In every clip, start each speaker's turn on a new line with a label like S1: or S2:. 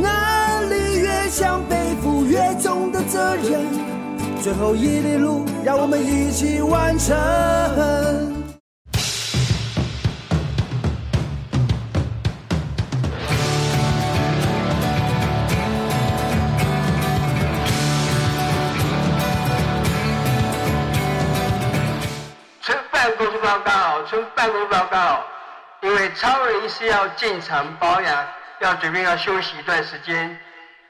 S1: 能力越强，背负越重的责任。最后一里路，让我们一起完成。
S2: 村办公报告，村办公报告，因为超人医师要进场保养，要准备要休息一段时间。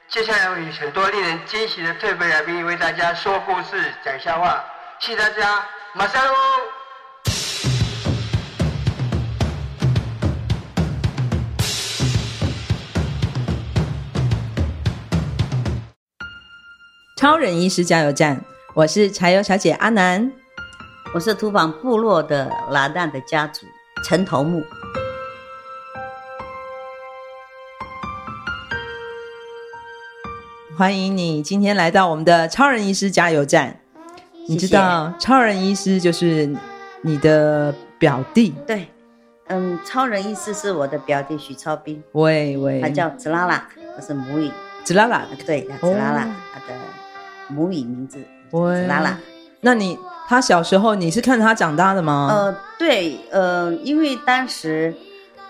S2: 接下来会有很多令人惊喜的特别来宾为大家说故事、讲笑话，谢谢大家，马上哦喽！
S3: 超人医师加油站，我是柴油小姐阿南。
S4: 我是土访部落的拉旦的家族陈头目。
S3: 欢迎你今天来到我们的超人医师加油站。你知道超人医师就是你的表弟，
S4: 对，嗯，超人意思是我的表弟许超斌，
S3: 喂喂，
S4: 他叫泽拉拉，我是母语，
S3: 吉拉拉
S4: 啊，对，
S3: 哦
S4: 泽拉拉，他的母语名字
S3: 喂
S4: 泽拉拉。
S3: 那你他小时候你是看着他长大的吗？
S4: 呃，对，呃，因为当时，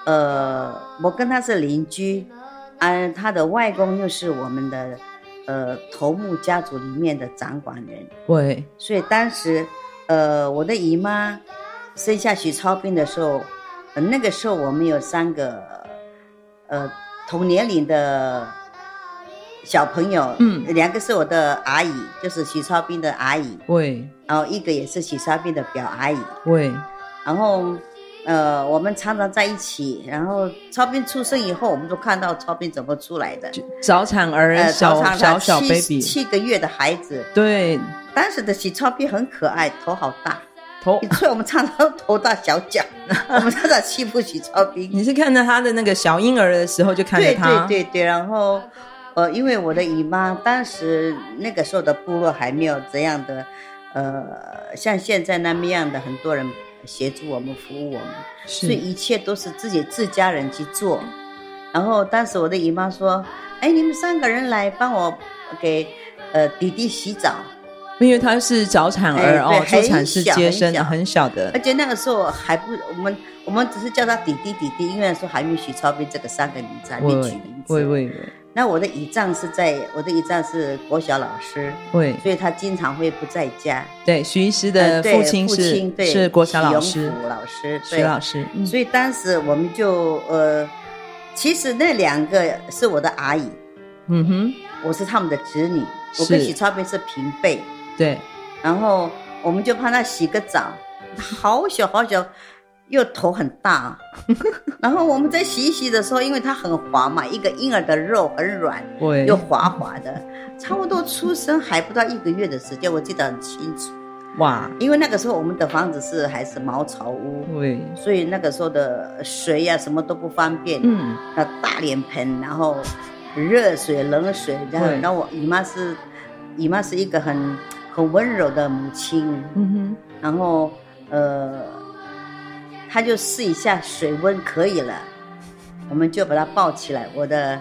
S4: 呃，我跟他是邻居，嗯、他的外公又是我们的，呃，头目家族里面的掌管人，
S3: 喂，
S4: 所以当时，呃，我的姨妈生下许超斌的时候，呃那个时候我们有三个，呃，同年龄的小朋友，
S3: 嗯
S4: 两个是我的阿姨，就是许超斌的阿姨，
S3: 喂
S4: 然后一个也是许超斌的表阿姨，
S3: 喂，
S4: 然后。呃，我们常常在一起。然后超斌出生以后，我们就看到超斌怎么出来的。
S3: 就早产儿
S4: 呃，
S3: 小
S4: 常
S3: 小
S4: 常
S3: 小
S4: 七
S3: baby，
S4: 七个月的孩子，
S3: 对，
S4: 当时的许超斌很可爱，头好大，
S3: 头
S4: 所以我们常常头大小脚，我们常常欺负许超斌。
S3: 你是看着他的那个小婴儿的时候就看着
S4: 对
S3: 他，
S4: 对对对，然后呃，因为我的姨妈当时那个时候的部落还没有这样的，呃，像现在那么样的很多人协助我们、服务我们，所以
S3: 是
S4: 一切都是自己自家人去做。然后当时我的姨妈说：“哎，你们三个人来帮我给呃弟弟洗澡。”
S3: 因为他是早产
S4: 哎
S3: 儿
S4: 对
S3: 哦，
S4: 很
S3: 助产士
S4: 小
S3: 接
S4: 很
S3: 生
S4: 小
S3: 很小的
S4: 而，且那个时候还不，我们我们只是叫他弟弟弟弟，因为那时候还没有许超斌这个三个名字，还没
S3: 喂
S4: 取名字。
S3: 喂喂喂
S4: 那我的姨丈是在，我的姨丈是国小老师，
S3: 喂，
S4: 所以他经常会不在家。
S3: 对，徐医师
S4: 呃
S3: 的
S4: 对
S3: 父亲
S4: 父
S3: 是
S4: 亲对
S3: 是国小老
S4: 徐
S3: 师
S4: 永，福老师
S3: 徐
S4: 对
S3: 老师，嗯
S4: 所以当时我们就呃，其实那两个是我的阿姨，
S3: 嗯哼，
S4: 我是他们的侄女，我跟
S3: 是
S4: 许超斌是平辈。
S3: 对，
S4: 然后我们就帮他洗个澡，好小好小，又头很大。 然后我们在洗一洗的时候，因为它很滑嘛，一个婴儿的肉很软，
S3: 喂
S4: 又滑滑的，差不多出生还不到一个月的时间，我记得很清楚。
S3: 哇
S4: 因为那个时候我们的房子是还是茅草屋，
S3: 喂，
S4: 所以那个时候的水呀、什么都不方便。
S3: 嗯
S4: 那大脸盆，然后热水、冷水，然后
S3: 对
S4: 然后我姨妈是姨妈是一个很很温柔的母亲，
S3: 嗯
S4: 然后呃，她就试一下水温可以了，我们就把她抱起来。我的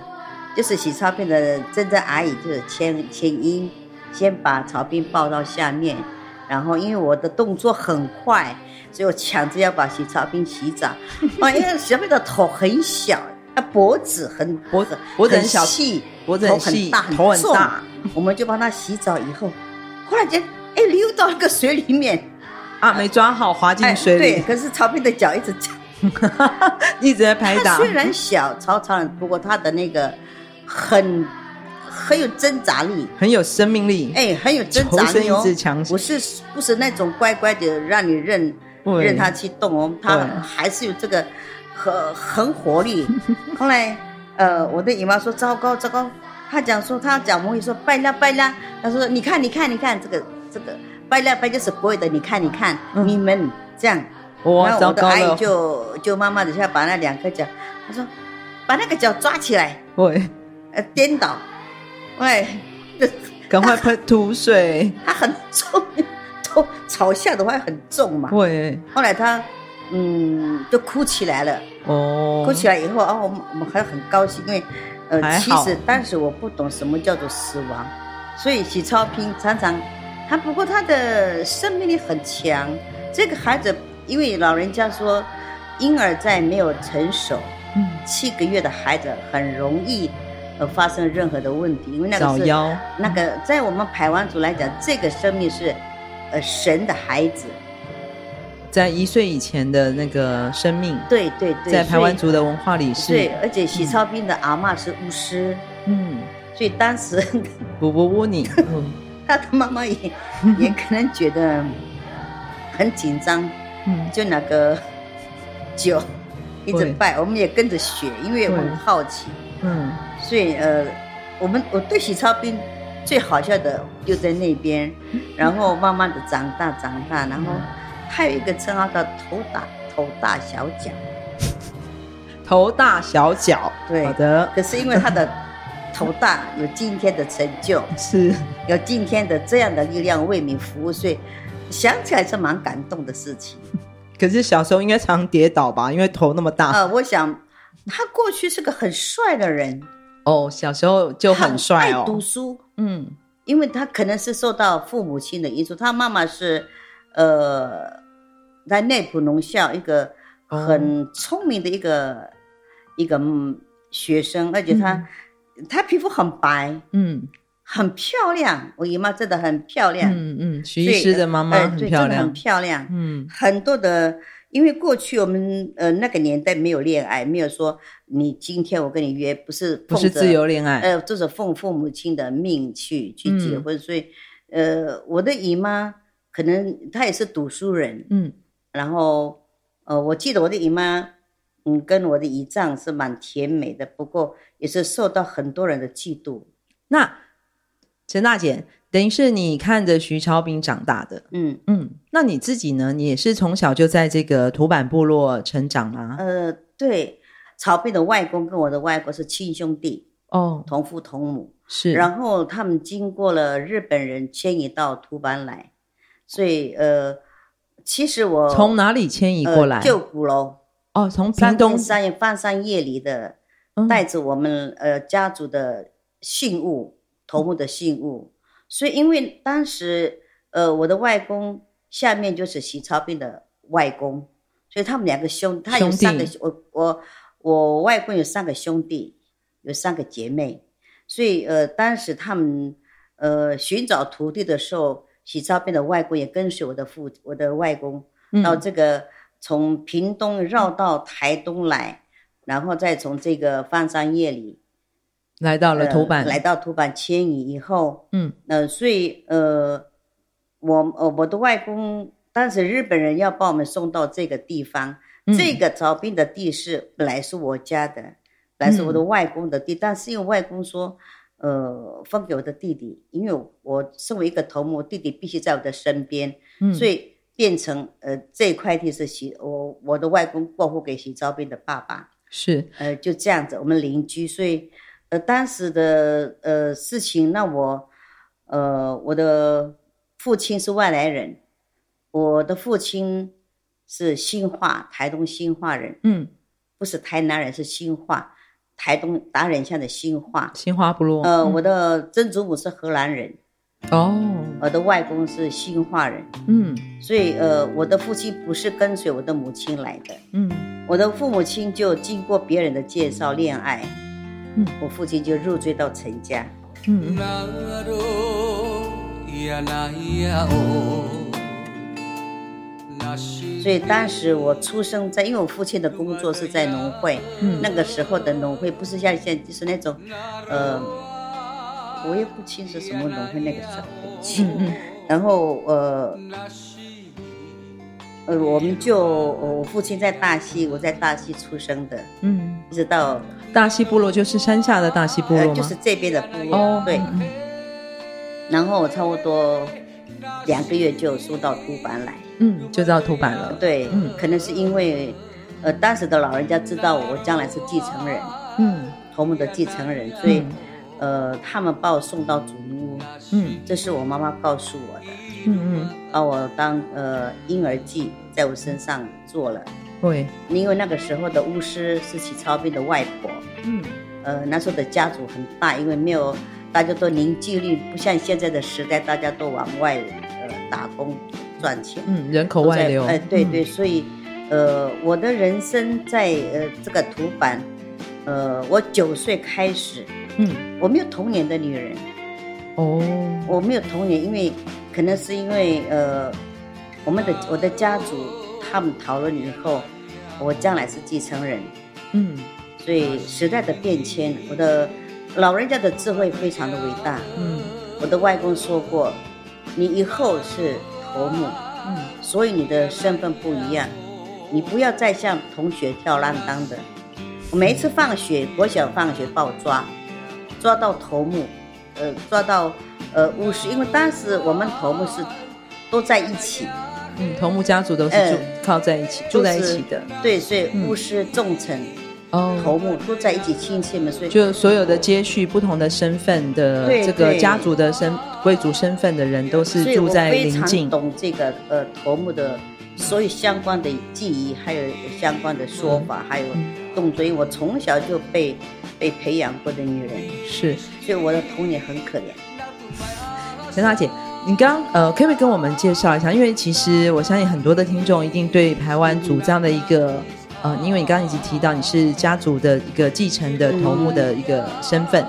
S4: 就是洗钞票的真正阿姨就是千千英，先把曹斌抱到下面，然后因为我的动作很快，所以我抢着要把洗曹斌洗 澡。哦，因为小斌的头很小，他脖子很
S3: 脖子脖子很小
S4: 细，
S3: 脖子很细
S4: 头
S3: 头
S4: 很
S3: 很
S4: 大重
S3: 大，
S4: 我们就帮他洗澡以后，忽然间哎溜到那个水里面，
S3: 哼，啊，没抓好，滑进
S4: 哎
S3: 水
S4: 对，
S3: 里，
S4: 可是曹斌的脚一直 夹。
S3: 一直在拍
S4: 他
S3: 打，
S4: 虽然小，曹曹人，不过他的那个很很有挣扎力，
S3: 很有生命力，
S4: 哎，很有挣
S3: 求
S4: 扎
S3: 生
S4: 力
S3: 意
S4: 哦
S3: 志强。
S4: 不是不是那种乖乖的让你任
S3: 对
S4: 任他去动哦，他
S3: 对
S4: 还是有这个很很活力。后来呃，我的姨妈说糟糕糟糕，她讲说她讲母语说拜啦拜啦，她说你看你看你看这个这个拜啦拜就是不会的，你看你看、
S3: 嗯
S4: 你们这样，
S3: 哇
S4: 然后
S3: 糟
S4: 我的
S3: 糕
S4: 阿
S3: 了
S4: 姨就就慢慢的下把那两个脚，她说把那个脚抓起来，
S3: 喂，
S4: 呃颠倒，喂，
S3: 赶 快喷吐水，
S4: 它很重，头朝下的话很重嘛。
S3: 喂，
S4: 后来她嗯就哭起来了。
S3: 哦，
S4: 哭起来以后啊，我们我们还很高兴，因为
S3: 还
S4: 呃，其
S3: 好
S4: 实当时我不懂什么叫做死亡，所以许超平常常他不过他的生命力很强。这个孩子，因为老人家说，婴儿在没有成熟，
S3: 嗯，
S4: 七个月的孩子很容易呃发生任何的问题，因为那
S3: 早
S4: 个是
S3: 夭，
S4: 那个在我们排湾族来讲，这个生命是呃神的孩子，
S3: 在一岁以前的那个生命，
S4: 对对对，
S3: 在
S4: 所以
S3: 台湾族的文化里是
S4: 对，，而且许超斌的阿嬷是巫师，
S3: 嗯，
S4: 所以当时
S3: 补补补你，嗯
S4: 他的妈妈也 也可能觉得很紧张，
S3: 嗯，
S4: 就拿个酒一直
S3: 对
S4: 拜，我们也跟着学，因为
S3: 对
S4: 我很好奇，
S3: 嗯，
S4: 所以呃，我们我对许超斌最好笑的就在那边，然后慢慢的长大长大，然后还有一个称号叫头大头大小脚，
S3: 头大小脚，
S4: 对
S3: 好的，
S4: 可是因为他的头大有今天的成就，
S3: 是，
S4: 有今天的这样的力量为民服务，所以想起来是蛮感动的事情。
S3: 可是小时候应该常跌倒吧，因为头那么大，
S4: 呃，我想他过去是个很帅的人，
S3: 哦，小时候就
S4: 他
S3: 很帅
S4: 爱读
S3: 哦，
S4: 书，
S3: 嗯，
S4: 因为他可能是受到父母亲的因素，他妈妈是，呃，在内埔农校一个
S3: 哦
S4: 很聪明的一个、一个嗯学生，而且他、他皮肤很白，
S3: 嗯
S4: 很漂亮，我姨妈真的很漂亮，
S3: 嗯嗯，徐
S4: 啊所以，
S3: 医师的妈妈
S4: 呃
S3: 很
S4: 对
S3: 漂
S4: 真的
S3: 亮
S4: 很，漂亮，
S3: 嗯
S4: 很多的，因为过去我们呃那个年代没有恋爱，没有说你今天我跟你约，不是
S3: 不
S4: 奉
S3: 是
S4: 着
S3: 自由恋爱，
S4: 呃，就是奉父母亲的命去去结
S3: 哎嗯
S4: 婚，所以呃，我的姨妈可能她也是读书人，
S3: 嗯
S4: 然后呃，我记得我的姨妈。嗯，跟我的姨丈是蛮甜美的，不过也是受到很多人的嫉妒。
S3: 那陈大姐，等于是你看着徐超斌长大的，
S4: 嗯，
S3: 嗯，那你自己呢？你也是从小就在这个土坂部落成长吗？
S4: 呃，对，曹斌的外公跟我的外公是亲兄弟，
S3: 哦，
S4: 同父同母。
S3: 是，
S4: 呃然后他们经过了日本人迁移到土坂来，所以呃，其实我
S3: 从哪里迁移过来？
S4: 呃、旧鼓楼
S3: 哦，从
S4: 三
S3: 屏东
S4: 天三夜半山夜里的，
S3: 嗯
S4: 带着我们呃家族的信物，头目的信物，所以因为当时呃我的外公下面就是习超斌的外公，所以他们两个兄，他有
S3: 兄弟
S4: 三个，我我我外公有三个兄弟，有三个姐妹，所以呃当时他们呃寻找徒弟的时候，习超斌的外公也跟随我的父我的外公。到
S3: 嗯
S4: 这个从屏东绕到台东来，然后再从这个放山夜里
S3: 来到了土坂，
S4: 呃来到土坂迁移以后，
S3: 嗯
S4: 呃，所以呃，我呃我的外公当时日本人要把我们送到这个地方，
S3: 嗯
S4: 这个曹斌的地是本来是我家的，本来是我的外公的地，但是因为外公说。呃，分给我的弟弟，因为我身为一个头目，弟弟必须在我的身边，
S3: 嗯，
S4: 所以变成呃这一块地是徐我我的外公过户给徐昭斌的爸爸，
S3: 是
S4: 呃就这样子，我们邻居，所以呃当时的呃事情，那我呃我的父亲是外来人，我的父亲是新化台东新化人，
S3: 嗯，
S4: 不是台南人，是新化台东达仁乡的新化。
S3: 新华部落，嗯
S4: 呃，我的曾祖母是荷兰人，
S3: 哦，
S4: 我的外公是新化人，
S3: 嗯
S4: 所以呃，我的父亲不是跟随我的母亲来的，
S3: 嗯，
S4: 我的父母亲就经过别人的介绍恋爱，
S3: 嗯
S4: 我父亲就入赘到陈家，
S3: 嗯
S1: ララロイヤナイヤオ那是
S4: 所以当时我出生在，因为我父亲的工作是在农会，
S3: 嗯
S4: 那个时候的农会不是像现在就是那种，呃，我也不清楚什么
S3: 嗯
S4: 农会那个时候，对不起
S3: 嗯嗯
S4: 然后呃，呃，我们就呃我父亲在大溪，我在大溪出生的，
S3: 嗯，
S4: 一直到
S3: 大溪部落就是山下的大溪部
S4: 呃
S3: 落吗？
S4: 就是这边的部落，
S3: 哦，
S4: 对。
S3: 嗯嗯
S4: 然后差不多两个月就送到都板来，
S3: 嗯，就到土板了。
S4: 对，
S3: 嗯
S4: 可能是因为呃当时的老人家知道我将来是继承人，
S3: 嗯
S4: 头目的继承人，所以、呃他们把我送到祖屋屋，
S3: 嗯
S4: 这是我妈妈告诉我的，
S3: 嗯嗯，
S4: 把我当呃婴儿祭在我身上做了。
S3: 对，
S4: 因为那个时候的巫师是许超斌的外婆，
S3: 嗯
S4: 呃，那时候的家族很大，因为没有大家都凝聚力，不像现在的时代，大家都往外呃打工赚钱，
S3: 嗯，人口
S4: 都在
S3: 外流。
S4: 哎、对对，
S3: 嗯，
S4: 所以呃，我的人生在呃这个土板，呃，我九岁开始，
S3: 嗯
S4: 我没有童年的女人，
S3: 哦，
S4: 我没有童年，因为可能是因为呃，我们的我的家族他们讨论以后，我将来是继承人。
S3: 嗯
S4: 所以时代的变迁，我的老人家的智慧非常的伟大。
S3: 嗯
S4: 我的外公说过，你以后是头目，
S3: 嗯
S4: 所以你的身份不一样，你不要再像同学跳浪当的。我每一次放学，国小放学把我抓，抓到头目，呃，抓到呃巫师，因为当时我们头目是都在一起，
S3: 嗯，头目家族都是住
S4: 呃
S3: 靠在一起，住在一起的。
S4: 对，所以
S3: 嗯
S4: 巫师、重臣、
S3: 哦，
S4: 头目都在一起，亲戚们，所以
S3: 就所有的接续不同的身份的
S4: 对
S3: 这个
S4: 对
S3: 家族的身贵族身份的人，都是
S4: 所以
S3: 住
S4: 我
S3: 在
S4: 非
S3: 邻
S4: 常
S3: 近。
S4: 懂这个呃头目的所有相关的记忆，还有相关的说
S3: 嗯
S4: 法，还有动作，因为我从小就被被培养过的女人，
S3: 是，
S4: 所以我的童年很可怜。
S3: 陈大姐，你刚呃，可不可以跟我们介绍一下？因为其实我相信很多的听众一定对台湾族这样的一个呃，因为你刚刚已经提到你是家族的一个继承的头目的一个身份，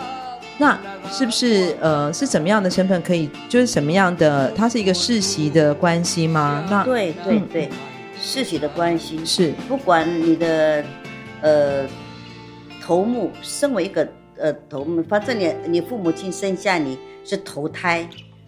S3: 那是不是呃是怎么样的身份可以？就是什么样的？它是一个世袭的关系吗？那
S4: 对对
S3: 嗯
S4: 对，世袭的关系，
S3: 是
S4: 不管你的呃头目，身为一个呃头目，反正你你父母亲生下你是头胎。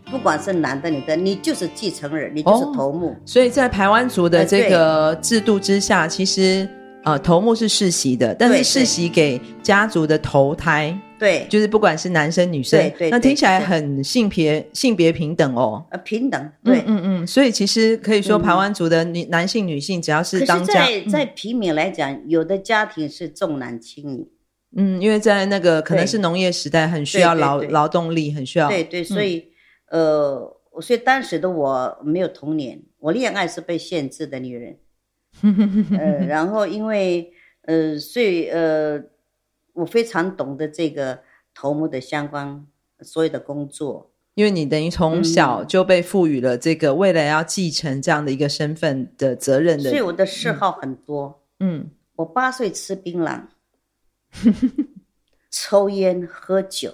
S4: 不管是男的女的，你就是继承人，你就是
S3: 哦
S4: 头目。
S3: 所以在台湾
S4: 哎
S3: 族的这个制度之下，其实呃头目是世袭的，但是
S4: 对
S3: 世袭给家族的头胎，
S4: 对，
S3: 就是不管是男生女生，
S4: 对对
S3: 那
S4: 对
S3: 听起来很性别性别平等哦。
S4: 呃，平等。对，
S3: 嗯嗯嗯，所以其实可以说
S4: 嗯
S3: 台湾族的女、男性女性只要
S4: 可
S3: 是
S4: 是
S3: 当家，嗯
S4: 在在平民来讲，有的家庭是重男轻女，
S3: 嗯，因为在那个可能
S4: 对
S3: 是农业时代很需要
S4: 对对
S3: 劳
S4: 对
S3: 劳动力，很需要
S4: 对对，所
S3: 嗯
S4: 以、呃，我所以当时的我没有童年，我恋爱是被限制的女 人，呃，然后因为呃，所以呃，我非常懂得这个头目的相关所有的工作，
S3: 因为你等于从
S4: 嗯
S3: 小就被赋予了这个未来要继承这样的一个身份的责任
S4: 所以
S3: 的，
S4: 我的嗜好很多。
S3: 嗯
S4: 我八岁吃槟榔，抽烟喝酒，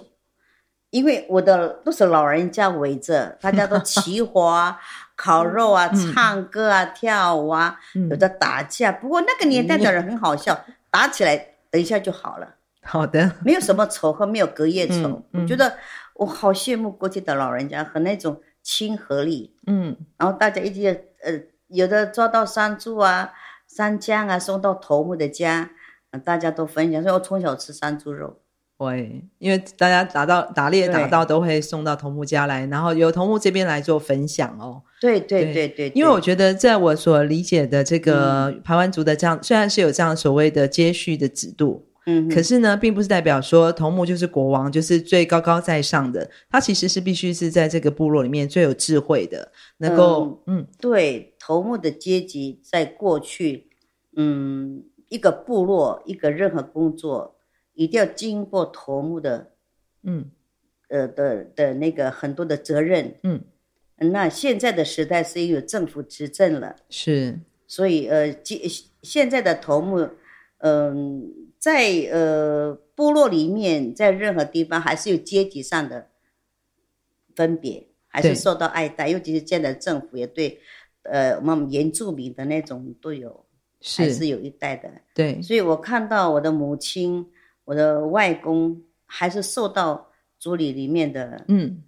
S4: 因为我的都是老人家围着，大家都齐活啊、烤肉啊、唱歌啊、跳舞啊，
S3: 嗯
S4: 有，的打架。不过那个年代的人很好笑，打起来等一下就好了，
S3: 好的，
S4: 没有什么仇恨，没有隔夜仇。
S3: 嗯嗯
S4: 我觉得我好羡慕过去的老人家和那种亲和力。
S3: 嗯
S4: 然后大家一起呃，有的抓到山猪啊、山姜啊，送到头目的家，呃大家都分享。所以我从小吃山猪肉，
S3: 会，因为大家打到打猎
S4: 对
S3: 打到都会送到头目家来，然后由头目这边来做分享哦。
S4: 对对
S3: 对
S4: 对对，嗯
S3: 因为我觉得，在我所理解的这个排湾族的这样，虽然是有这样所谓的接续的制度，
S4: 嗯哼，
S3: 可是呢，并不是代表说头目就是国王，就是最高高在上的。他其实是必须是在这个部落里面最有智慧的，能够嗯
S4: 对头目的阶级在过去，嗯，一个部落一个任何工作，一定要经过头目的
S3: 嗯
S4: 呃的的那个很多的责任。
S3: 嗯，
S4: 那现在的时代是因为有政府执政了。
S3: 是
S4: 所以呃，现现在的头目，嗯、在呃部落里面，在任何地方还是有阶级上的分别，还
S3: 对
S4: 是受到爱戴，尤其是现在政府也对，呃，我们原住民的那种都有，还
S3: 是
S4: 是有一代的。
S3: 对，
S4: 所以我看到我的母亲、我的外公，还是受到族里里面的
S3: 嗯，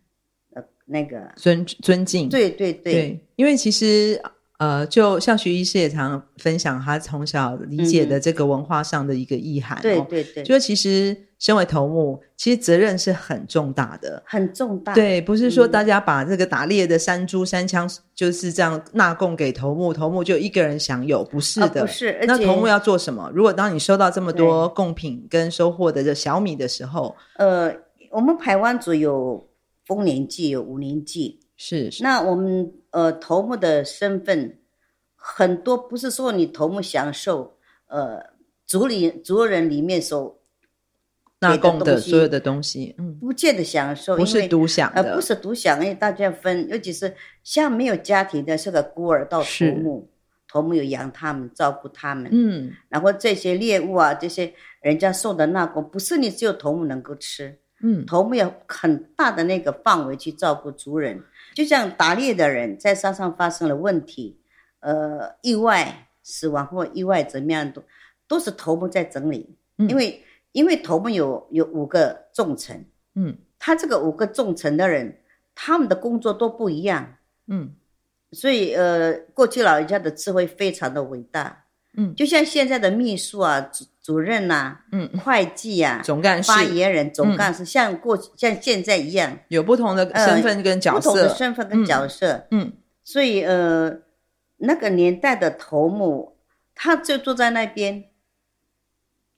S4: 呃那个，
S3: 尊尊敬，
S4: 对对对
S3: 对，因为其实呃，就像徐医师也常分享，他从小理解的这个文化上的一个意涵、哦
S4: 嗯对对对，
S3: 就是其实身为头目，其实责任是很重大的。
S4: 很重大。嗯
S3: 对，不是说大家把这个打猎的山猪、山枪就是这样纳贡给头目，头目就一个人享有，不是
S4: 啊，
S3: 的。
S4: 不是，而
S3: 那
S4: 且
S3: 头目要做什么？如果当你收到这么多贡品跟收获的这小米的时候，
S4: 呃，我们排湾族有丰年祭，有五年祭。
S3: 是是
S4: 那我们呃头目的身份，很多不是说你头目享受呃族里族人里面所
S3: 纳贡
S4: 给
S3: 的
S4: 的东西
S3: 所有的东西，嗯，
S4: 不见得享受，
S3: 不
S4: 因
S3: 是
S4: 为
S3: 独享的，
S4: 呃不是独享，因为大家分，尤其是像没有家庭的是个孤儿到头
S3: 是
S4: 目，头目有养他们，照顾他们，
S3: 嗯，
S4: 然后这些猎物啊，这些人家送的那个，不是你只有头目能够吃，
S3: 嗯
S4: 头目有很大的那个范围去照顾族人。就像打猎的人在山上发生了问题，呃，意外死亡或意外怎么样都都是头目在整理，
S3: 嗯
S4: 因为因为头目有有五个重臣，
S3: 嗯
S4: 他这个五个重臣的人，他们的工作都不一样，
S3: 嗯
S4: 所以呃，过去老人家的智慧非常的伟大。
S3: 嗯
S4: 就像现在的秘书啊、主主任呐、
S3: 嗯，
S4: 会计呀、
S3: 总干事嗯
S4: 发言人、总干事，像过去像现在一样，
S3: 有不同的
S4: 呃
S3: 身份跟角
S4: 不同的
S3: 色，
S4: 身份跟角色。
S3: 嗯
S4: 所以呃，那个年代的头目，他就坐在那边，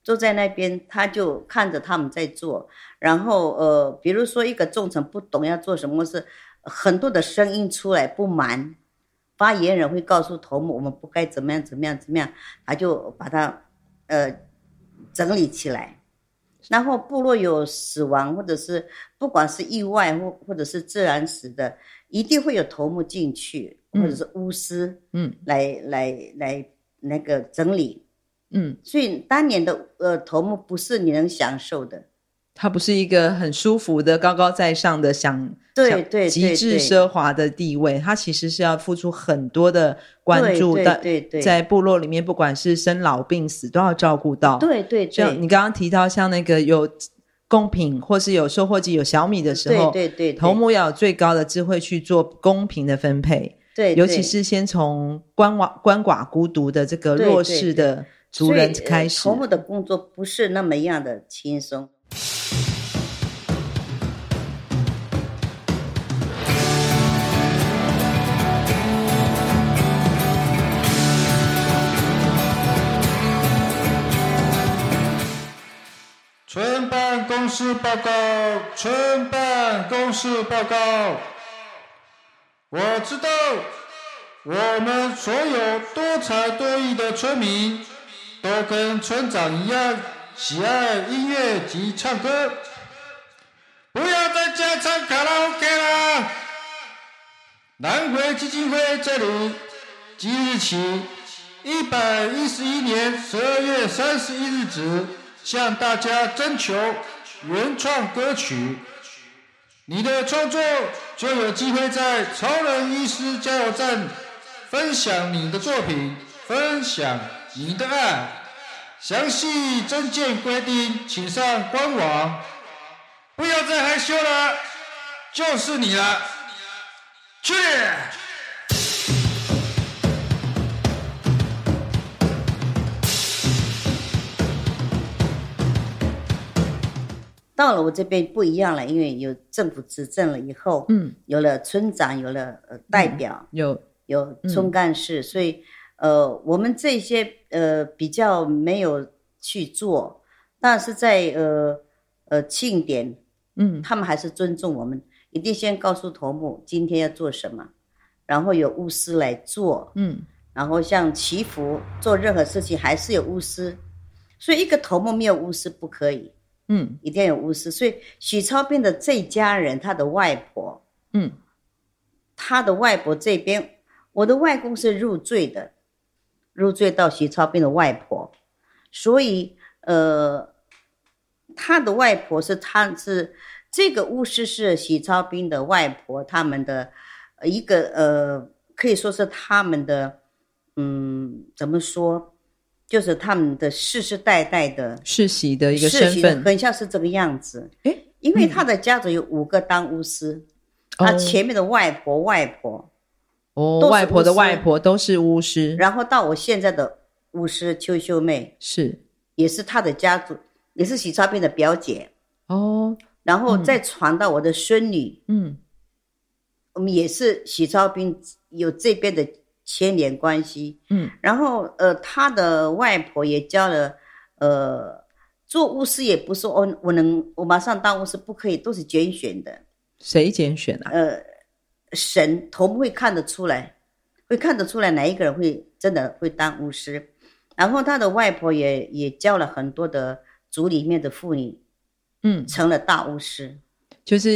S4: 坐在那边，他就看着他们在做。然后呃，比如说一个重臣不懂要做什么事，很多的声音出来不满，发言人会告诉头目我们不该怎么样怎么样怎么样，他就把它呃整理起来。然后部落有死亡，或者是不管是意外或或者是自然死的，一定会有头目进去，或
S3: 嗯
S4: 者是巫师
S3: 嗯
S4: 来来来那个整理。
S3: 嗯，
S4: 所以当年的呃头目不是你能享受的，
S3: 它不是一个很舒服的高高在上的想
S4: 对
S3: 想
S4: 对
S3: 极
S4: 对
S3: 致
S4: 对
S3: 奢华的地位，它其实是要付出很多的关
S4: 对
S3: 注
S4: 对
S3: 的，
S4: 对对
S3: 在部落里面，不管是生老病死都要照顾到，
S4: 对对
S3: 像
S4: 对
S3: 你刚刚提到，像那个有贡品或是有收获季有小米的时
S4: 对
S3: 候，
S4: 对对，
S3: 头目要有最高的智慧去做公平的分配，
S4: 对，对
S3: 尤其是先从鳏寡鳏寡孤独的这个
S4: 对
S3: 弱
S4: 对
S3: 势的族人
S4: 所以呃
S3: 开始
S4: 头。目的工作不是那么样的轻松。
S5: 全办公室报告，全办公室报告。我知道，我们所有多才多艺的村民，都跟村长一样喜爱音乐及唱歌。不要在家唱卡拉 OK 啦！南回基金会这里即日起，一百一十一年十二月三十一日止，向大家征求原创歌曲。你的创作就有机会在超人医师加油站分享你的作品，分享你的爱。详细征件规定，请上官网。不要再害羞了，就是你了，去！
S4: 到了我这边不一样了，因为有政府执政了以后，
S3: 嗯，
S4: 有了村长，有了呃代表，
S3: 有
S4: 有村干事，所以呃，我们这些呃比较没有去做，但是在呃呃庆典，
S3: 嗯
S4: 他们还是尊重我们，一定先告诉头目今天要做什么，然后有巫师来做，
S3: 嗯
S4: 然后像祈福做任何事情还是有巫师，所以一个头目没有巫师不可以。
S3: 嗯
S4: 一定有巫师。所以许超斌的这家人，他的外婆，
S3: 嗯
S4: 他的外婆这边，我的外公是入赘的，入赘到许超斌的外婆，所以呃，他的外婆是他是这个巫师是许超斌的外婆，他们的呃一个呃，可以说是他们的嗯，怎么说？就是他们的世世代代的
S3: 世袭的一个
S4: 是
S3: 身
S4: 其实
S3: 份，
S4: 很像是这个样子。
S3: 诶
S4: 因为他的家族有五个当巫师，
S3: 哦
S4: 他前面的外婆、外婆、
S3: 哦
S4: 都，是
S3: 外婆的
S4: 巫师
S3: 外婆都是巫师，
S4: 然后到我现在的巫师秋秀妹，
S3: 是
S4: 也是她的家族，也是许超斌的表姐，
S3: 哦，
S4: 然后再传到我的孙女，
S3: 嗯，
S4: 我们也是许超斌有这边的牵连关系。
S3: 嗯，
S4: 然后呃，他的外婆也教了，呃，做巫师也不是哦，我能我马上当巫师不可以，都是拣选的。
S3: 谁拣选啊？
S4: 呃，神头目会看得出来，会看得出来哪一个人会真的会当巫师。然后他的外婆也也教了很多的族里面的妇女
S3: 嗯，
S4: 成了大巫师，
S3: 就是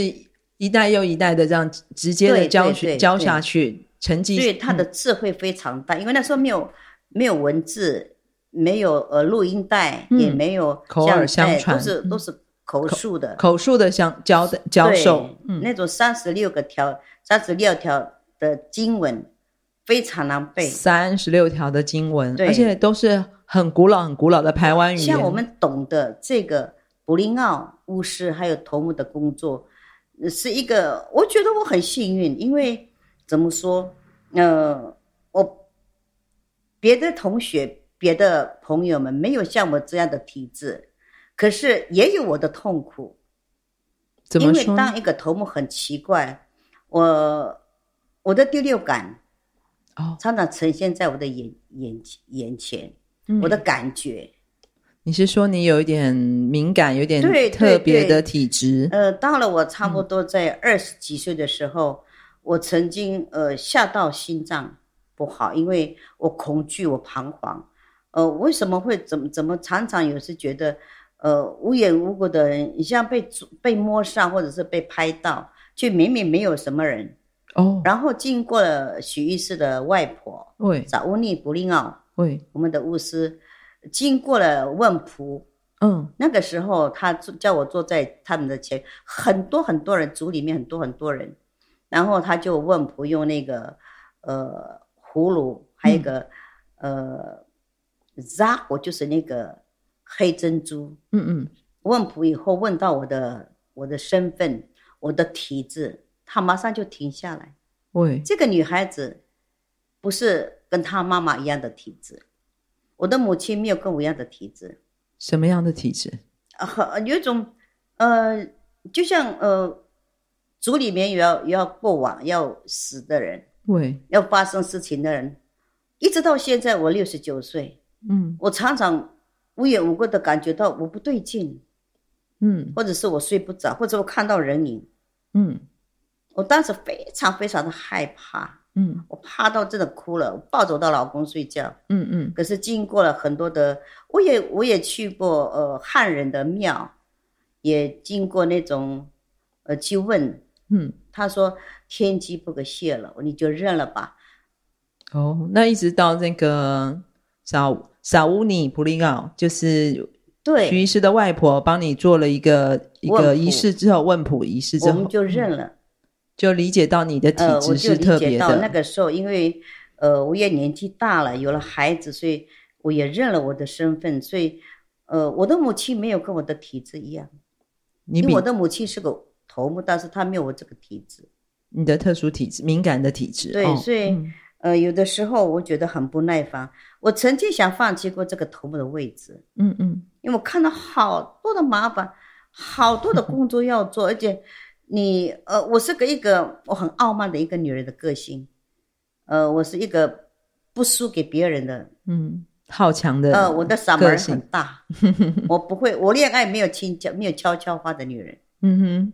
S3: 一代又一代的这样直接的
S4: 对
S3: 教
S4: 对
S3: 学
S4: 对
S3: 教
S4: 对
S3: 下去，成绩
S4: 所以他的智慧非常大。因为那时候没有没有文字，没有呃录音带，
S3: 嗯
S4: 也没有
S3: 口耳
S4: 像哎
S3: 相传嗯
S4: 都是都是口述的。
S3: 口述的相教的教
S4: 对，
S3: 授，嗯，
S4: 那种三十六个条、三十六条的经文非常难背。
S3: 三十六条的经文，
S4: 对
S3: 而且都是很古老、很古老的台湾语言。
S4: 像我们懂得这个布林奥巫师还有头目的工作，呃是一个我觉得我很幸运，因为怎么说，呃，我别的同学、别的朋友们没有像我这样的体质，可是也有我的痛苦，
S3: 怎
S4: 因
S3: 么
S4: 为
S3: 说呢？
S4: 当一个头目很奇怪，我我的第六感
S3: 哦，
S4: 常常呈现在我的眼眼眼前，
S3: 嗯
S4: 我的感觉。
S3: 你是说你有一点敏感，有点
S4: 对对
S3: 特别的
S4: 对
S3: 体质？
S4: 呃，到了我差不多在二十几岁的时候，我曾经呃吓到心脏不好，因为我恐惧，我彷徨。呃，为什么会怎么怎么常常有时觉得，呃，无缘无故的人，你像被捉被摸上或者是被拍到，却明明没有什么人。
S3: 哦，
S4: 然后经过了许医师的外婆
S3: 喂
S4: 找乌尼布林奥，
S3: 喂，
S4: 我们的巫师，经过了问仆，
S3: 嗯，
S4: 那个时候，他坐叫我坐在他们的前，很多很多人，组里面很多很多人，然后他就问仆用那个呃葫芦，还有一个、呃扎火，就是那个黑珍珠。
S3: 嗯嗯，
S4: 问仆以后问到我的我的身份，我的体质，他马上就停下来。
S3: 喂，
S4: 这个女孩子不是跟她妈妈一样的体质，我的母亲没有跟我一样的体质。
S3: 什么样的体质？
S4: 呃很有一种，呃，就像呃，族里面也要也要过往要死的人，
S3: 喂，
S4: 要发生事情的人，一直到现在我六十九岁，
S3: 嗯
S4: 我常常无缘无故的感觉到我不对劲，
S3: 嗯
S4: 或者是我睡不着，或者我看到人影，
S3: 嗯
S4: 我当时非常非常的害怕，
S3: 嗯
S4: 我怕到真的哭了，我抱着我的老公睡觉。
S3: 嗯嗯，
S4: 可是经过了很多的，我也我也去过呃汉人的庙，也经过那种呃去问，
S3: 嗯，
S4: 他说天机不可泄露，你就认了吧。
S3: 哦，那一直到那个萨萨乌尼普利奥，就是徐
S4: 对，
S3: 医师的外婆帮你做了一个一个
S4: 问
S3: 仪
S4: 卜
S3: 式之后，问卜仪式之
S4: 我
S3: 后
S4: 们，就认了。
S3: 就理解到你的嗯体
S4: 呃，我
S3: 质
S4: 就是理
S3: 特别
S4: 解到
S3: 的，
S4: 那个时候，因为呃我也年纪大了，有了孩子，所以我也认了我的身份。所以呃，我的母亲没有跟我的体质一样，
S3: 你
S4: 因
S3: 比
S4: 为我的母亲是个头目，但是她没有我这个体质。
S3: 你的特殊体质、敏感的体质。
S4: 对
S3: 哦
S4: 所以
S3: 嗯
S4: 呃，有的时候我觉得很不耐烦，我曾经想放弃过这个头目的位置，
S3: 嗯嗯
S4: 因为我看到好多的麻烦，好多的工作要做，而且你呃，我是个一个我很傲慢的一个女人的个性，呃，我是一个不输给别人的，
S3: 嗯，好强的，
S4: 呃，我的嗓门
S3: 个
S4: 儿
S3: 性
S4: 很大，我不会，我恋爱没有轻悄没有悄悄话的女人，
S3: 嗯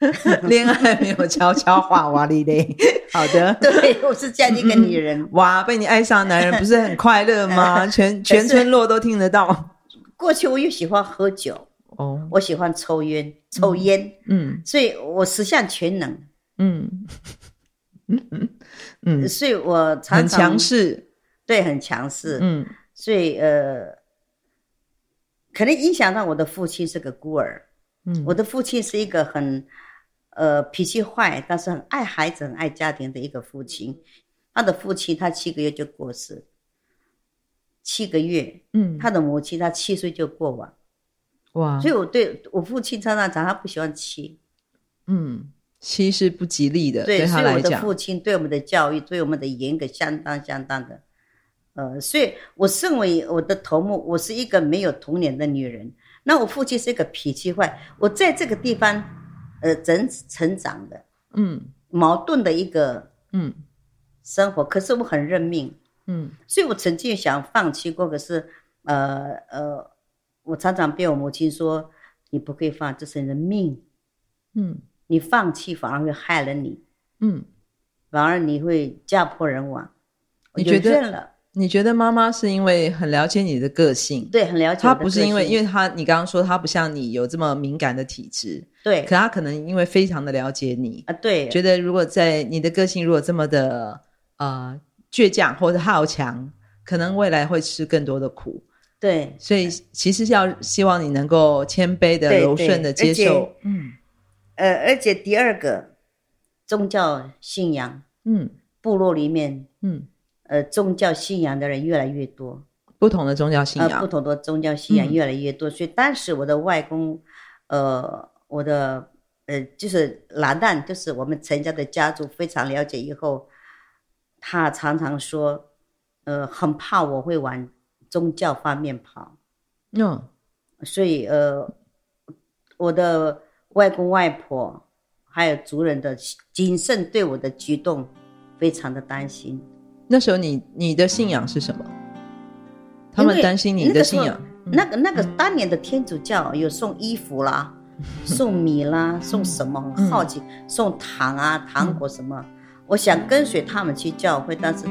S3: 哼， 恋爱没有悄悄话，哇哩嘞，好的。
S4: 对，我是这样的一个 女人。
S3: 哇，被你爱上的男人不是很快乐吗？ 全全村落都听得到
S4: 过去我又喜欢喝酒，
S3: 哦。
S4: 我喜欢抽烟，抽烟。
S3: 嗯
S4: 所以我十项全能，
S3: 嗯嗯，
S4: 所以我常
S3: 很
S4: 常
S3: 强，势。
S4: 对，很强势，
S3: 嗯
S4: 所以呃，可能影响到我的父亲是个孤儿，
S3: 嗯，
S4: 我的父亲是一个很呃脾气坏，但是很爱孩子、很爱家庭的一个父
S3: 嗯
S4: 亲。他的父亲他七个月就过世，七个月，
S3: 嗯啊
S4: 他的母亲他七岁就过往，
S3: 哇
S4: 所以我对我父亲常常常常不喜欢妻，
S3: 嗯，其实不吉利的，他
S4: 对，所以
S3: 来
S4: 我的
S3: 讲，
S4: 父亲对我们的教育，对我们的严格相当相当的，呃，所以我认为我的头目，我是一个没有童年的女人。那我父亲是一个脾气坏，我在这个地方，呃，整成长的
S3: 嗯
S4: 矛盾的一个
S3: 嗯
S4: 生活，可是我很认命，
S3: 嗯
S4: 所以我曾经想放弃过，可是，呃呃，我常常被我母亲说，你不可以放，这是你的命，
S3: 嗯
S4: 你放弃反而会害了你。
S3: 嗯，
S4: 反而你会家破人亡。我
S3: 你
S4: 就
S3: 觉得
S4: 认了？
S3: 你觉得妈妈是因为很了解你的个性，
S4: 对，很了解
S3: 她
S4: 我的个性。
S3: 不是因为，因
S4: 为
S3: 为她你刚刚说她不像你有这么敏感的体质，
S4: 对
S3: 可她可能因为非常的了解你，
S4: 啊，对，
S3: 觉得如果在你的个性如果这么的呃倔强或者好强，可能未来会吃更多的苦。
S4: 嗯对
S3: 所以其实要希望你能够谦卑的、
S4: 对
S3: 柔顺的接
S4: 对而
S3: 受
S4: 且，
S3: 嗯
S4: 呃，而且第二个宗教信仰，
S3: 嗯
S4: 部落里面
S3: 嗯，
S4: 呃宗教信仰的人越来越多，
S3: 不同的宗教信
S4: 呃，
S3: 仰，
S4: 不同的宗教信仰
S3: 嗯
S4: 越来越多，所以当时我的外公，呃，我的呃就是拿旦，就是我们陈家的家族非常了解以后，他常常说，呃，很怕我会往宗教方面跑。
S3: 嗯
S4: 所以呃，我的外公外婆还有族人的谨慎对我的举动非常的担心。
S3: 那时候你你的信仰是什么？他
S4: 因
S3: 们
S4: 为
S3: 担心你
S4: 那
S3: 的
S4: 个时
S3: 信
S4: 候
S3: 仰，
S4: 那个那个
S3: 嗯
S4: 当年的天主教有送衣服啦，送米啦，送什么？很好奇，
S3: 嗯
S4: 送糖啊、糖果什么。我想跟随他们去教会，但是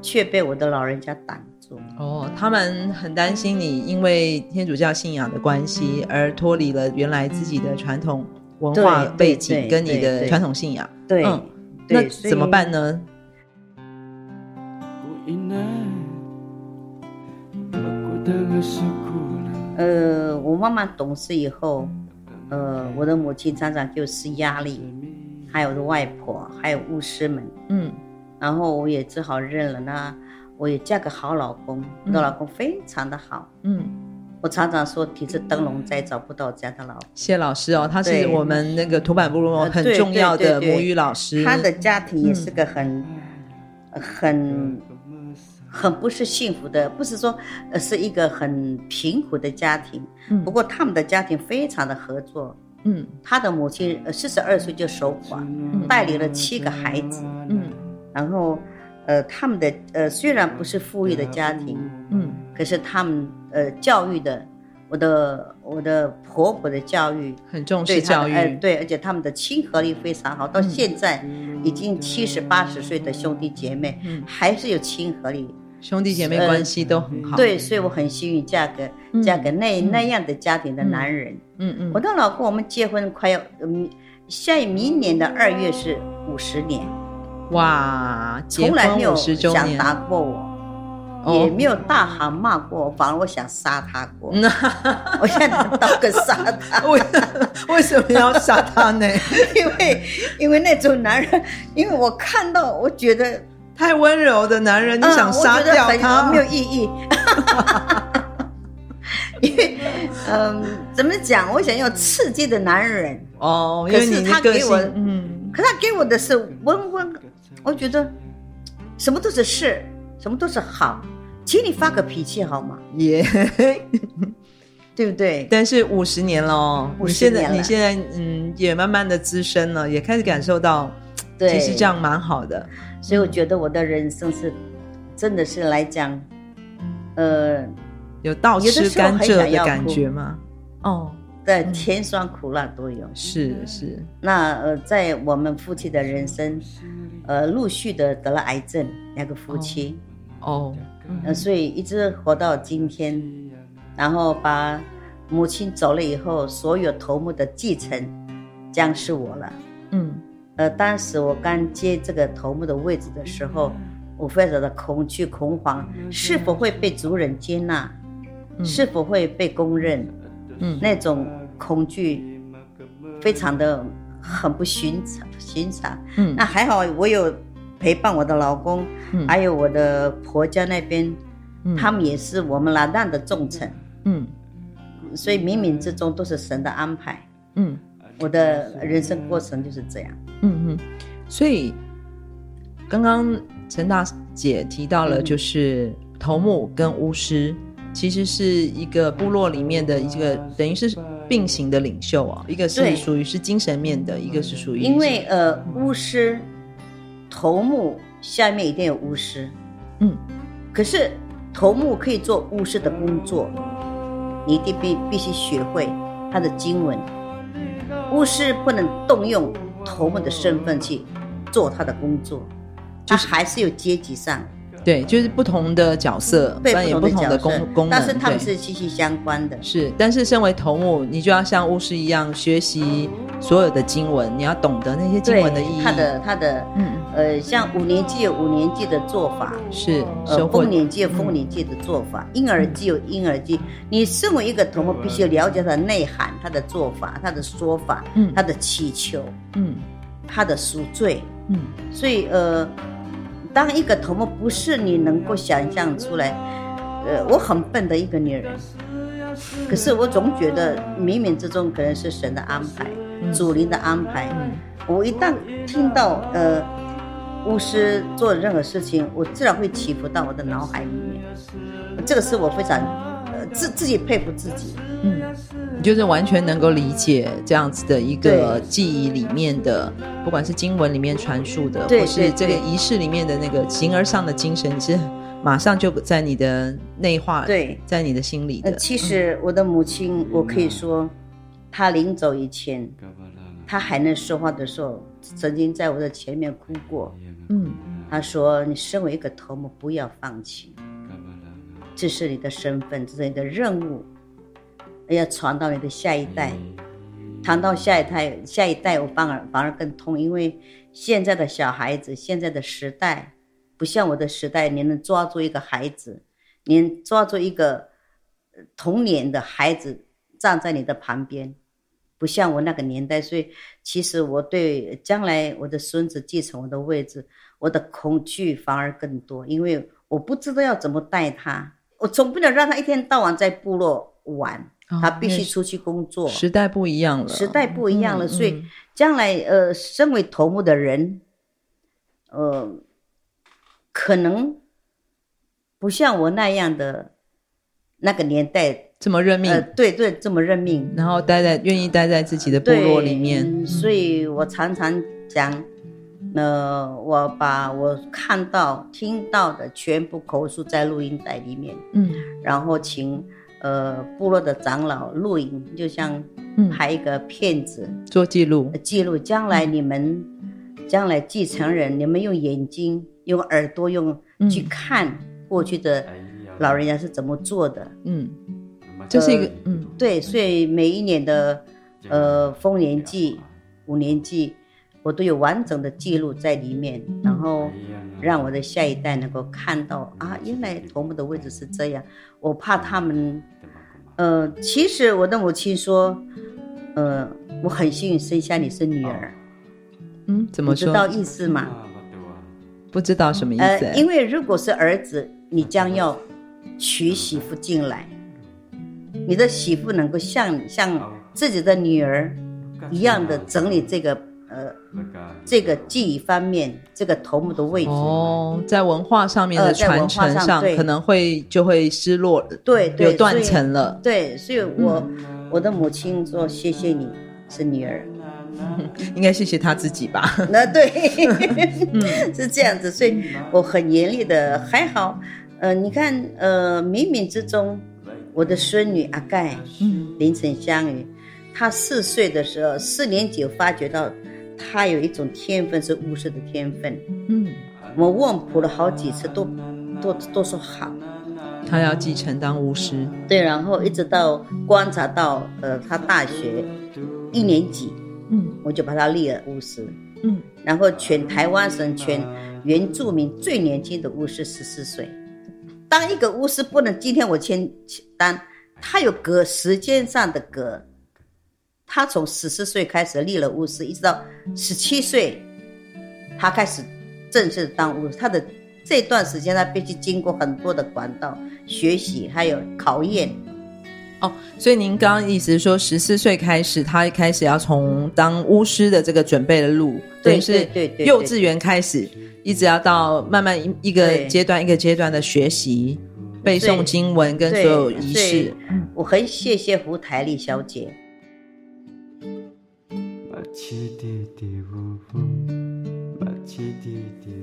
S4: 却被我的老人家挡住。
S3: 哦，他们很担心你因为天主教信仰的关系而脱离了原来自己的传统文化
S4: 对对
S3: 背景
S4: 对
S3: 跟你
S4: 对
S3: 的
S4: 对
S3: 传统信仰，
S4: 对，
S3: 嗯那
S4: 对
S3: 怎么办？
S4: 所以
S3: 呢？
S1: 不依赖，不孤单还是孤单。
S4: 呃，我慢慢懂事以后，呃，我的母亲常常给我施压力，还有我的外婆，还有巫师们，
S3: 嗯
S4: 然后我也只好认了。那我也嫁个好老公，我的老公非常的好。
S3: 嗯，
S4: 我常常说，提着灯笼再找不到这样的老公。
S3: 谢老师哦，他是
S4: 对
S3: 我们那个土版部落
S4: 呃
S3: 很
S4: 对
S3: 重要
S4: 对
S3: 的
S4: 对对
S3: 母语老师，
S4: 他的家庭也是个很、很、很不是幸福的，不是说呃是一个很贫苦的家庭。
S3: 嗯
S4: 不过他们的家庭非常的合作，
S3: 嗯
S4: 他的母亲呃四十二岁就守寡，带领了七个孩子，
S3: 嗯
S4: 然后呃他们的呃虽然不是富裕的家庭，
S3: 嗯
S4: 可是他们呃教育的，我的我的婆婆的教育。
S3: 很重视
S4: 对他
S3: 教
S4: 们
S3: 育，嗯
S4: 呃，对，而且他们的亲和力非常好，到现在已经七十八十岁的兄弟姐妹，
S3: 嗯
S4: 还是有亲和力。
S3: 兄弟姐妹
S4: 呃
S3: 关系都很好。
S4: 对，所以我很幸运嫁给
S3: 嗯
S4: 嫁给那、
S3: 嗯
S4: 那样的家庭的男人。
S3: 嗯嗯，
S4: 我的老公，我们结婚快要，嗯，下明年的二月是五十年，
S3: 哇，结
S4: 从来没
S3: 婚
S4: 有
S3: 五十周
S4: 想
S3: 年
S4: 打过我，也
S3: 哦，
S4: 没有大喊骂过我，反而我想杀他过，
S3: 那
S4: 我想刀跟杀 他，
S3: 为为什么要杀他呢？
S4: 因为因为那种男人，因为我看到，我觉得，
S3: 太温柔的男人，你
S4: 啊
S3: 想杀掉
S4: 我觉得
S3: 他
S4: 很没？有意义。 因为，嗯，怎么讲？我想要刺激的男人，
S3: 哦，因
S4: 可
S3: 为
S4: 是
S3: 你的
S4: 他
S3: 个
S4: 给我
S3: 性，嗯
S4: 可他给我的是温温，我觉得什么都是事，什么都是好，请你发个脾气好吗？
S3: 也，
S4: 对不对？
S3: 但是五十年了哦，你
S4: 50
S3: 现在
S4: 年了
S3: 你现在嗯也慢慢的资深了，也开始感受到，
S4: 对，
S3: 其实这。样蛮好的。
S4: 所以我觉得我的人生是，真的是来讲，呃，
S3: 有倒
S4: 有的
S3: 吃
S4: 时候
S3: 甘
S4: 很
S3: 蔗
S4: 想
S3: 的
S4: 要
S3: 感
S4: 哭
S3: 觉吗？哦，
S4: 在甜酸苦辣都有。
S3: 是是，
S4: 那呃，在我们夫妻的人生，呃，陆续的得了癌症，两个夫妻，
S3: 哦，嗯
S4: 呃，所以一直活到今天，然后把母亲走了以后，所有头目的继承将是我了。
S3: 嗯
S4: 呃，当时我刚接这个头目的位置的时候，
S3: 嗯
S4: 我非常的恐惧、恐慌，是否会被族人接纳，
S3: 嗯
S4: 是否会被公认，
S3: 嗯
S4: 那种恐惧非常的很不寻常，寻常。
S3: 嗯
S4: 那还好，我有陪伴我的老公，
S3: 嗯
S4: 还有我的婆家那边，
S3: 嗯
S4: 他们也是我们拉旦的重臣，
S3: 嗯
S4: 所以冥冥之中都是神的安排。
S3: 嗯
S4: 我的人生过程就是这样。
S3: 嗯嗯，所以刚刚陈大姐提到
S4: 嗯
S3: 了，就是头目跟巫师其实是一个部落里面的一个等于是并行的领袖啊，一个是
S4: 对
S3: 属于是精神面的，一个是属于
S4: 因为呃，巫师头目下面一定有巫师，
S3: 嗯
S4: 可是头目可以做巫师的工作，你一定必必须学会他的经文。巫师不能动用头目的身份去做他的工作，他
S3: 啊
S4: 还是有阶级上
S3: 对，就是不同的角色，
S4: 被
S3: 扮演
S4: 不
S3: 不
S4: 同
S3: 同
S4: 的
S3: 的
S4: 角色
S3: 功功能，
S4: 但是他们
S3: 对
S4: 是息息相关的。
S3: 是，但是身为头目，你就要像巫师一样学习所有的经文，你要懂得那些经
S4: 对
S3: 文的意义。
S4: 他的他的
S3: 嗯，
S4: 呃，像五年级有五年级的做法，
S3: 是
S4: 呃，
S3: 收获
S4: 丰年祭有丰年祭的做法，婴儿祭有婴儿祭。你身为一个头目，必须了解它的内涵、它的做法、它的说法、
S3: 嗯
S4: 它的祈求、
S3: 嗯
S4: 它的赎罪。
S3: 嗯
S4: 所以，呃，当一个头目不是你能够想象出来。呃，我很笨的一个女人，可是我总觉得冥冥之中可能是神的安排，祖灵的安排。我一旦听到呃巫师做任何事情，我自然会起伏到我的脑海里面。这个是我非常呃自自己佩服自己。
S3: 嗯，你就是完全能够理解这样子的一个
S4: 对
S3: 记忆里面的，不管是经文里面传述的，
S4: 对
S3: 或
S4: 对
S3: 是这个
S4: 对
S3: 仪式里面的那个形而上的精神，你是马上就在你的内化，
S4: 对
S3: 在你的心里
S4: 呃
S3: 的。，
S4: 其实我的母亲，我可以说，她临走以前，她还能说话的时候，曾经在我的前面哭过。
S3: 嗯
S4: 她说：“你身为一个头目，不要放弃，这是你的身份，这是你的任务，要传到你的下一代。传到下一代，下一代我反而反而更痛，因为现在的小孩子，现在的时代，不像我的时代，你能抓住一个孩子，你能抓住一个呃童年的孩子站在你的旁边，不像我那个年代。所以，其实我对将来我的孙子继承我的位置，我的恐惧反而更多，因为我不知道要怎么带他，我总不能让他一天到晚在部落玩，
S3: 哦
S4: 他必
S3: 因
S4: 须
S3: 为
S4: 出去工作。
S3: 时代不一样了，
S4: 时代不一样了，
S3: 嗯
S4: 所以
S3: 嗯
S4: 将来呃，身为头目的人，呃，可能不像我那样的那个年代，
S3: 这么认命
S4: 呃，对对，这么认命，
S3: 然后待在愿意待在自己的部
S4: 对
S3: 落里面，
S4: 嗯所以我常常讲，呃，我把我看到、听到的全部口述在录音带里面，
S3: 嗯
S4: 然后请呃部落的长老录影，就像
S3: 嗯，
S4: 拍一个片子。
S3: 做记录，
S4: 记录，将来你们，将来继承人，你们用眼睛、用耳朵、用
S3: 嗯
S4: 去看过去的
S3: 哎
S4: 老人家是怎么做的。
S3: 嗯，这是一个嗯
S4: 呃对，所以每一年的呃丰年祭、五年祭，我都有完整的记录在里面，然
S3: 哎
S4: 后让我的下一代能够看到啊，原来头目的位置是这样。我怕他们，呃，其实我的母亲说，呃，我很幸运生下你是女儿。
S3: 嗯，怎么
S4: 你知
S3: 哦说？
S4: 道意思吗？
S3: 不知道什么意思、哎
S4: 呃，因为如果是儿子，你将要娶媳妇进来，你的媳妇能够像像自己的女儿一样的整理这个呃这个记忆方面这个头目的位置。
S3: 哦，在文化上面的
S4: 呃在文
S3: 传
S4: 化
S3: 承
S4: 上对
S3: 可能会就会失落，
S4: 对对，
S3: 有断
S4: 所以
S3: 层嗯了。
S4: 对，所以我、我的母亲说谢谢你是 女儿，
S3: 应该谢谢他自己吧。
S4: 那对，
S3: 嗯
S4: 是这样子，所以我很严厉的，还好，呃，你看，呃，冥冥之中，我的孙女阿盖，
S3: 嗯
S4: 林晨香雨，她四岁的时候，四年级我发觉到她有一种天分是巫师的天分，
S3: 嗯，
S4: 我问卜了好几次，都都都说好，
S3: 他要继承当巫师，
S4: 对，然后一直到观察到，呃，她大学一年级，
S3: 嗯
S4: 我就把她立了巫师。
S3: 嗯，
S4: 然后全台湾省全原住民最年轻的巫师十四岁。当一个巫师不能今天我签签单，他有隔时间上的隔，他从十四岁开始立了巫师，一直到十七岁，他开始正式当巫师。他的这段时间，他必须经过很多的管道学习，还有考验，
S3: 哦，所以您刚刚意思是说，十四岁开始，他一开始要从当巫师的这个准备的路，
S4: 对
S3: 等于是
S4: 对对对
S3: 幼稚园开始，一直要到慢慢一一个
S4: 对
S3: 阶段一个阶段的学习，背诵经文跟所
S4: 对
S3: 有仪式
S4: 对。我很谢谢胡台丽小姐，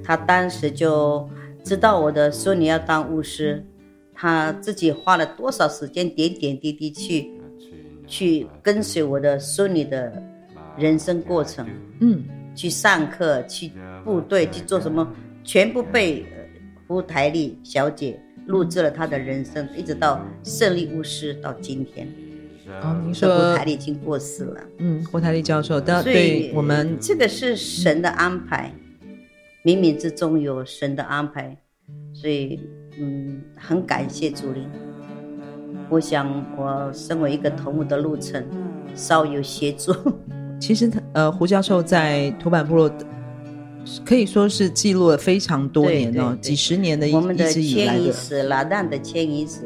S4: 她当时就知道我的孙女要当巫师，她自己花了多少时间点点滴滴去去跟随我的孙女的人生过程，
S3: 嗯，
S4: 去上课，去部队，去做什么，全部被呃胡台丽小姐录制了她的人生，一直到胜利巫师到今天。
S3: 哦，您
S4: 胡
S3: 说
S4: 台，丽已经过世了。
S3: 嗯，郭台丽教授，但
S4: 所以
S3: 对我们
S4: 这个是神的安排，冥冥之中有神的安排，所以嗯，很感谢主灵。我想我身为一个头目的路程，稍有协助。
S3: 其实他呃，胡教授在土坂部落可以说是记录了非常多
S4: 对
S3: 年哦
S4: 对，对
S3: 几十年 的一
S4: 我们的
S3: 一直以来
S4: 迁移
S3: 的，
S4: 史，拉旦的迁移史，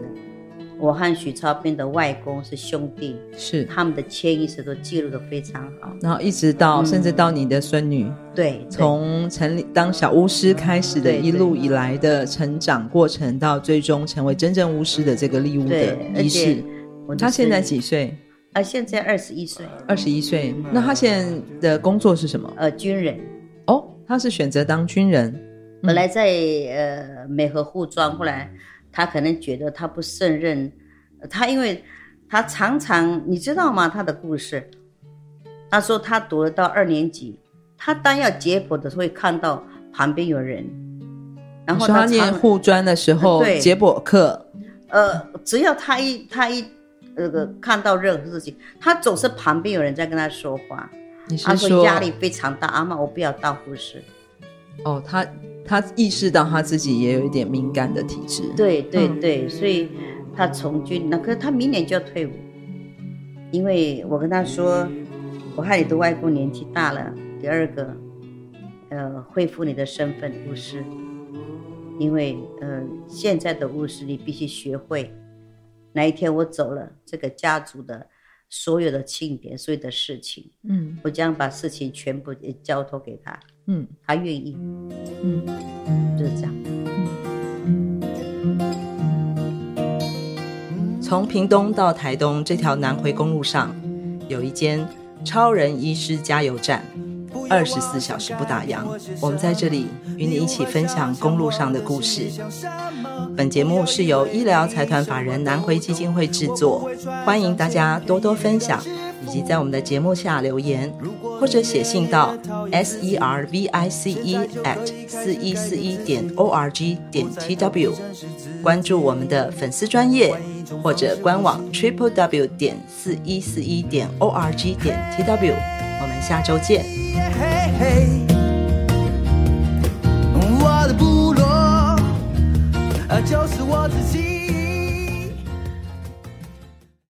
S4: 我和许超斌的外公是兄弟，
S3: 是，
S4: 他们的迁移史都记录的非常好。
S3: 然后一直到
S4: 嗯
S3: 甚至到你的孙女。
S4: 对，对
S3: 从成立当小巫师开始的
S4: 对
S3: 一路以来的成长过程，到最终成为真正巫师的这个立巫的
S4: 对，而
S3: 仪式
S4: 且。我的
S3: 他现在
S4: 孙
S3: 几岁？
S4: 啊，现在二十一岁，
S3: 二十一岁。
S4: 嗯
S3: 那他现在的工作是什么？
S4: 呃，军人。
S3: 哦，他是选择当军人。
S4: 本
S3: 嗯
S4: 来在呃美和护庄，后来他可能觉得他不胜任，呃他因为他常常你知道吗？他的故事，他说他读了到二年级，他当要解剖的时候会看到旁边有人，然
S3: 你
S4: 后
S3: 说他
S4: 他
S3: 念
S4: 常
S3: 护专的时候，
S4: 对
S3: 解剖课
S4: 呃，只要他一他一那个、看到任何事情，他总是旁边有人在跟他说话，
S3: 你
S4: 他
S3: 是
S4: 说
S3: 说
S4: 压力非常大，阿妈我不要当护士。
S3: 哦，他他意识到他自己也有一点敏感的体质。
S4: 对对
S3: 嗯
S4: 对，所以他从军，那可是他明年就要退伍，因为我跟他说，我和你的外公年纪大了，第二个，呃，恢复你的身份巫师，因为呃，现在的巫师你必须学会，哪一天我走了，这个家族的所有的庆典，所有的事情，
S3: 嗯
S4: 我将把事情全部也交托给他，
S3: 嗯
S4: 他愿意，
S3: 嗯。
S4: 就是这样。
S6: 从屏东到台东这条南回公路上，有一间超人医师加油站，二十四小时不打烊。我们在这里与你一起分享公路上的故事。本节目是由医疗财团法人南回基金会制作，欢迎大家多多分享，以及在我们的节目下留言，或者写信到 s e r v i c e at 四一四一点 o r g 点 t w，关注我们的粉丝专业或者官网 triple w 点四一四一点 o r g 点 t w，我们下周见。
S7: 嘿嘿，我的部落，呃，就是我自己。